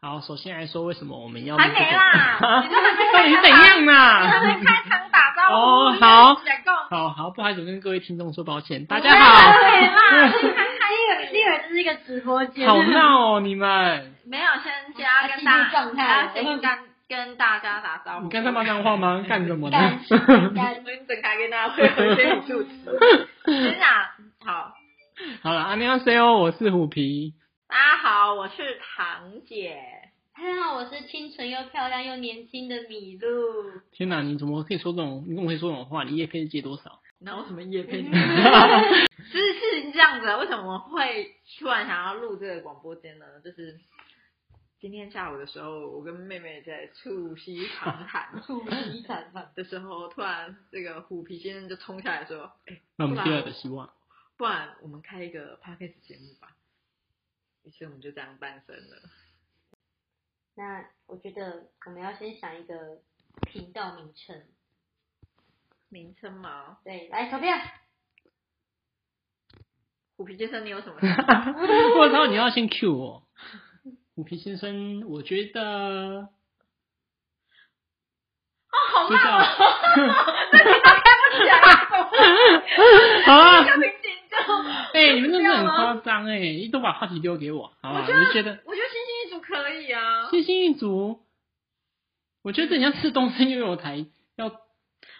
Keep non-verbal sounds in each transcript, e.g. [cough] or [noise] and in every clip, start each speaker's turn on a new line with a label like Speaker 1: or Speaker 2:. Speaker 1: 好，首先来说，为什么我们要录
Speaker 2: 还
Speaker 1: 这
Speaker 2: 没
Speaker 1: 个 [laughs]
Speaker 2: 啦，你都还没
Speaker 1: 到底是怎样
Speaker 2: 你还 [laughs]
Speaker 1: 啦？
Speaker 2: 没开场打招呼，
Speaker 1: 哦
Speaker 2: 你
Speaker 1: 好
Speaker 2: 就一直在讲
Speaker 1: 好好，不好意思，跟各位听众说抱
Speaker 2: [laughs]
Speaker 1: 歉。大
Speaker 2: 对
Speaker 1: 家好，
Speaker 2: 啦，你还
Speaker 3: 你以为你以为这是一个直播间？
Speaker 1: 好
Speaker 3: [laughs]
Speaker 1: 闹哦，你们。
Speaker 2: 没有先先要
Speaker 1: 啊
Speaker 2: 跟大
Speaker 3: 进入状态
Speaker 2: 还要先跟跟大家打招呼。
Speaker 1: 你刚才骂脏话吗？干什么呢
Speaker 3: 干？干 [laughs]
Speaker 2: 我们整开跟大家会合一些语
Speaker 1: [laughs]
Speaker 2: 助词。真的啊好，
Speaker 1: 好了，安妞 C O，我是虎皮。
Speaker 2: 大家好，我是堂
Speaker 1: [laughs]
Speaker 2: 姐。
Speaker 3: 大家好，我是清纯又漂亮又年轻的米露。
Speaker 1: 天哪，你怎么可以说这种？你怎么可以说这种话？你叶可以借多少？
Speaker 2: 哪有什么叶
Speaker 1: [laughs]
Speaker 2: [laughs] 配？是是这样子啊的，为什么会突然想要录这个广播间呢？就是今天下午的时候，我跟妹妹在促膝长谈
Speaker 3: 土鸡产饭。
Speaker 2: 的时候，突然这个虎皮先生就冲下来说：“
Speaker 1: 那我们第二个希
Speaker 2: [laughs]
Speaker 1: 望。？
Speaker 2: 不然我们开一个 podcast 节目吧。”于是我们就这样诞生了。
Speaker 3: 那我觉得我们要先想一个频道名称。
Speaker 2: 名称嘛，
Speaker 3: 对，来投票。
Speaker 2: 虎皮先生，你有什么
Speaker 1: [laughs] 我操，你要先 Q 我。虎皮先生，我觉得
Speaker 2: 好哦
Speaker 1: 就这样。
Speaker 2: [laughs] 讲，
Speaker 1: 好啊。
Speaker 2: 这瓶颈就
Speaker 1: 哎、你们真的很夸张哎，一都把话题丢给我，好吧？
Speaker 2: 我觉得
Speaker 1: 你觉得
Speaker 2: 我觉得星星一族可以啊，
Speaker 1: 星星一族，我觉得这很像吃东升悠悠台要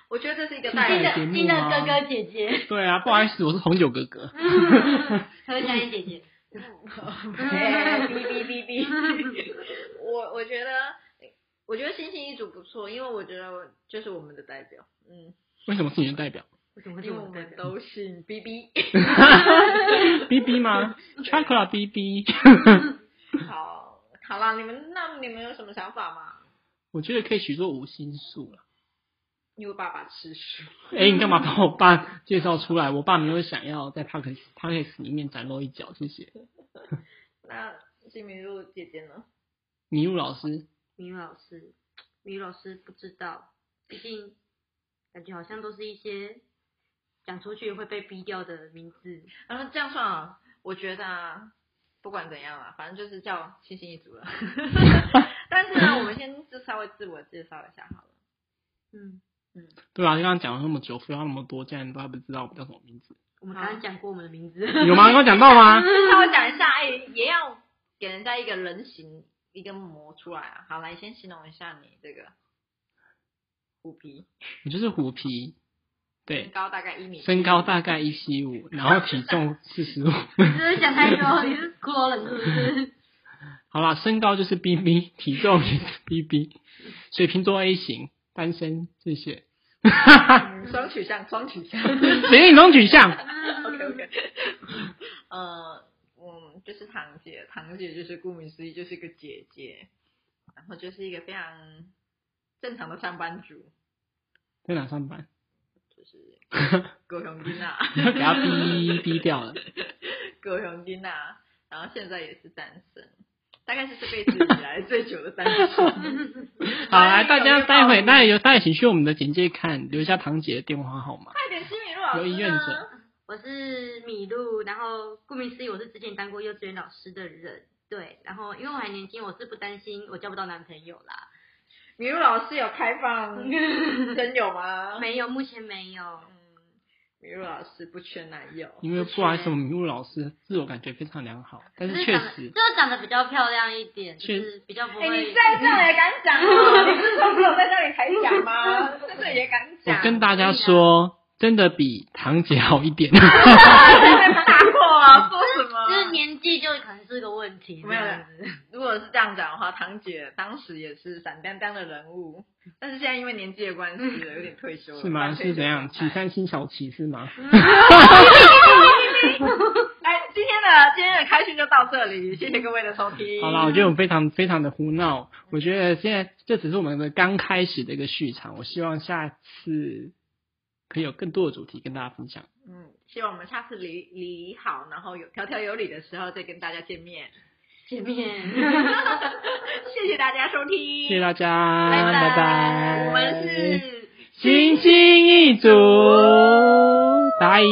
Speaker 2: 我觉得这是一个
Speaker 1: 哎
Speaker 2: 代
Speaker 3: 新的
Speaker 1: 节目啊
Speaker 3: 新的哥哥姐 [laughs] 姐，
Speaker 1: 对啊，不好意思，我是红酒哥哥。
Speaker 3: 何佳怡姐姐。嗯 [laughs]
Speaker 2: 哎哔哔哔哔。我我觉得，我觉得星星一族不错，因为我觉得就是我们的代表，嗯，
Speaker 1: 为什么是你的代表
Speaker 3: 为什么
Speaker 2: 因为我们都 [laughs] 姓 B B。
Speaker 1: ？B B 吗？Chocolate B B。 [laughs]
Speaker 2: 好，好啦，你们那你们有什么想法吗？
Speaker 1: 我觉得可以取做五星素了。
Speaker 2: 因为爸爸吃素，
Speaker 1: 哎、你干嘛把我爸介绍出来？我爸没有想要在 p a r k e s p a r k e s 里面崭露一角，谢谢。
Speaker 2: 那金明露姐姐呢？
Speaker 1: 迷路老师，
Speaker 3: 米老师，米老师不知道，毕竟感觉好像都是一些讲出去会被逼掉的名字。
Speaker 2: 然后这样算啊，我觉得啊，不管怎样啦，反正就是叫星星一族了。 [laughs] 但是呢，我们先就稍微自我介绍一下好了。
Speaker 3: 嗯，
Speaker 1: 对啊，刚刚讲了那么久，废话那么多，竟然都还不知道我叫什么名字，
Speaker 3: 我们刚刚讲过我们的名字。
Speaker 1: 有吗？刚刚讲到吗？
Speaker 2: 稍微讲一下，哎、也要给人家一个人形一个模出来啊。好，来先形容一下你这个虎皮，
Speaker 1: 你就是虎皮，
Speaker 2: 身
Speaker 1: 对，
Speaker 2: 高大概一米，
Speaker 1: 身高大概一七五，然后体重四十五。
Speaker 3: 你真的想
Speaker 1: [laughs]
Speaker 3: 太多，你是骷髅人是不是？
Speaker 1: 好啦，身高就是 BB，体 [laughs] 重也是 BB，水瓶座 A 型，单身，谢谢。
Speaker 2: 嗯 [laughs] 双取向，双取
Speaker 1: [laughs]
Speaker 2: 向。
Speaker 1: 谁运动取向？
Speaker 3: 嗯
Speaker 2: OK OK，呃，嗯，就是堂姐，堂姐就是顾名思义就是一个姐姐，然后就是一个非常正常的上班族，
Speaker 1: 在哪上班？ [laughs]
Speaker 2: 就是高雄金娜，
Speaker 1: 给他逼逼掉了。
Speaker 2: 高雄金娜，啊然后现在也是单身，大概是这辈子以来最久的单 [laughs] 身。
Speaker 1: 好，来大家待会，大家有大家请去我们的简介看，留下堂姐的电话号码。
Speaker 2: 快点，西米露老师呢啊
Speaker 1: 有意愿者
Speaker 3: 我是米露，然后顾名思义，我是之前当过幼稚园老师的人。对，然后因为我还年轻，我是不担心我交不到男朋友啦。
Speaker 2: 米露老师有开放真有吗？
Speaker 3: 没有，目前没有。
Speaker 2: 嗯，米露老师不缺男友。
Speaker 1: 因为不管什么，迷路老师自我感觉非常良好，但
Speaker 3: 就是是
Speaker 1: 确
Speaker 3: 长得，
Speaker 1: 实
Speaker 3: 就是长得比较漂亮一点，就是比较不
Speaker 2: 哎、
Speaker 3: 会。
Speaker 2: 你在这儿也敢讲哦？你不是说只有在那里才讲 [laughs] 吗？在这里也敢
Speaker 1: 我
Speaker 2: 讲？
Speaker 1: 跟大家说，真的比堂姐好一点。
Speaker 2: 打破啊，说什
Speaker 3: 就是
Speaker 2: 么？
Speaker 3: 年纪就可能是个问题。
Speaker 2: 没有 [laughs] 如果是这样讲的话，堂姐当时也是闪亮亮的人物， [laughs] 但是现在因为年纪的关系，有点退休了。
Speaker 1: 是吗？
Speaker 2: 半退休
Speaker 1: 是怎样？
Speaker 2: 状
Speaker 1: 请
Speaker 2: 态
Speaker 1: 三星小旗是吗？
Speaker 3: 嗯
Speaker 2: 哎，今天的今天的开心就到这里，谢谢各位的收听。
Speaker 1: 好啦，我觉得我们非常非常的胡闹。我觉得现在这只是我们的刚开始的一个序场，我希望下次可以有更多的主题跟大家分享。
Speaker 2: 嗯，希望我们下次理理好，然后有条条有理的时候再跟大家见面。
Speaker 3: 见面。
Speaker 1: [laughs]
Speaker 2: 谢谢大家收听，
Speaker 1: 谢谢大家，
Speaker 2: 拜
Speaker 1: 拜
Speaker 3: [laughs]
Speaker 2: 我们是。
Speaker 1: 星星一族，拜。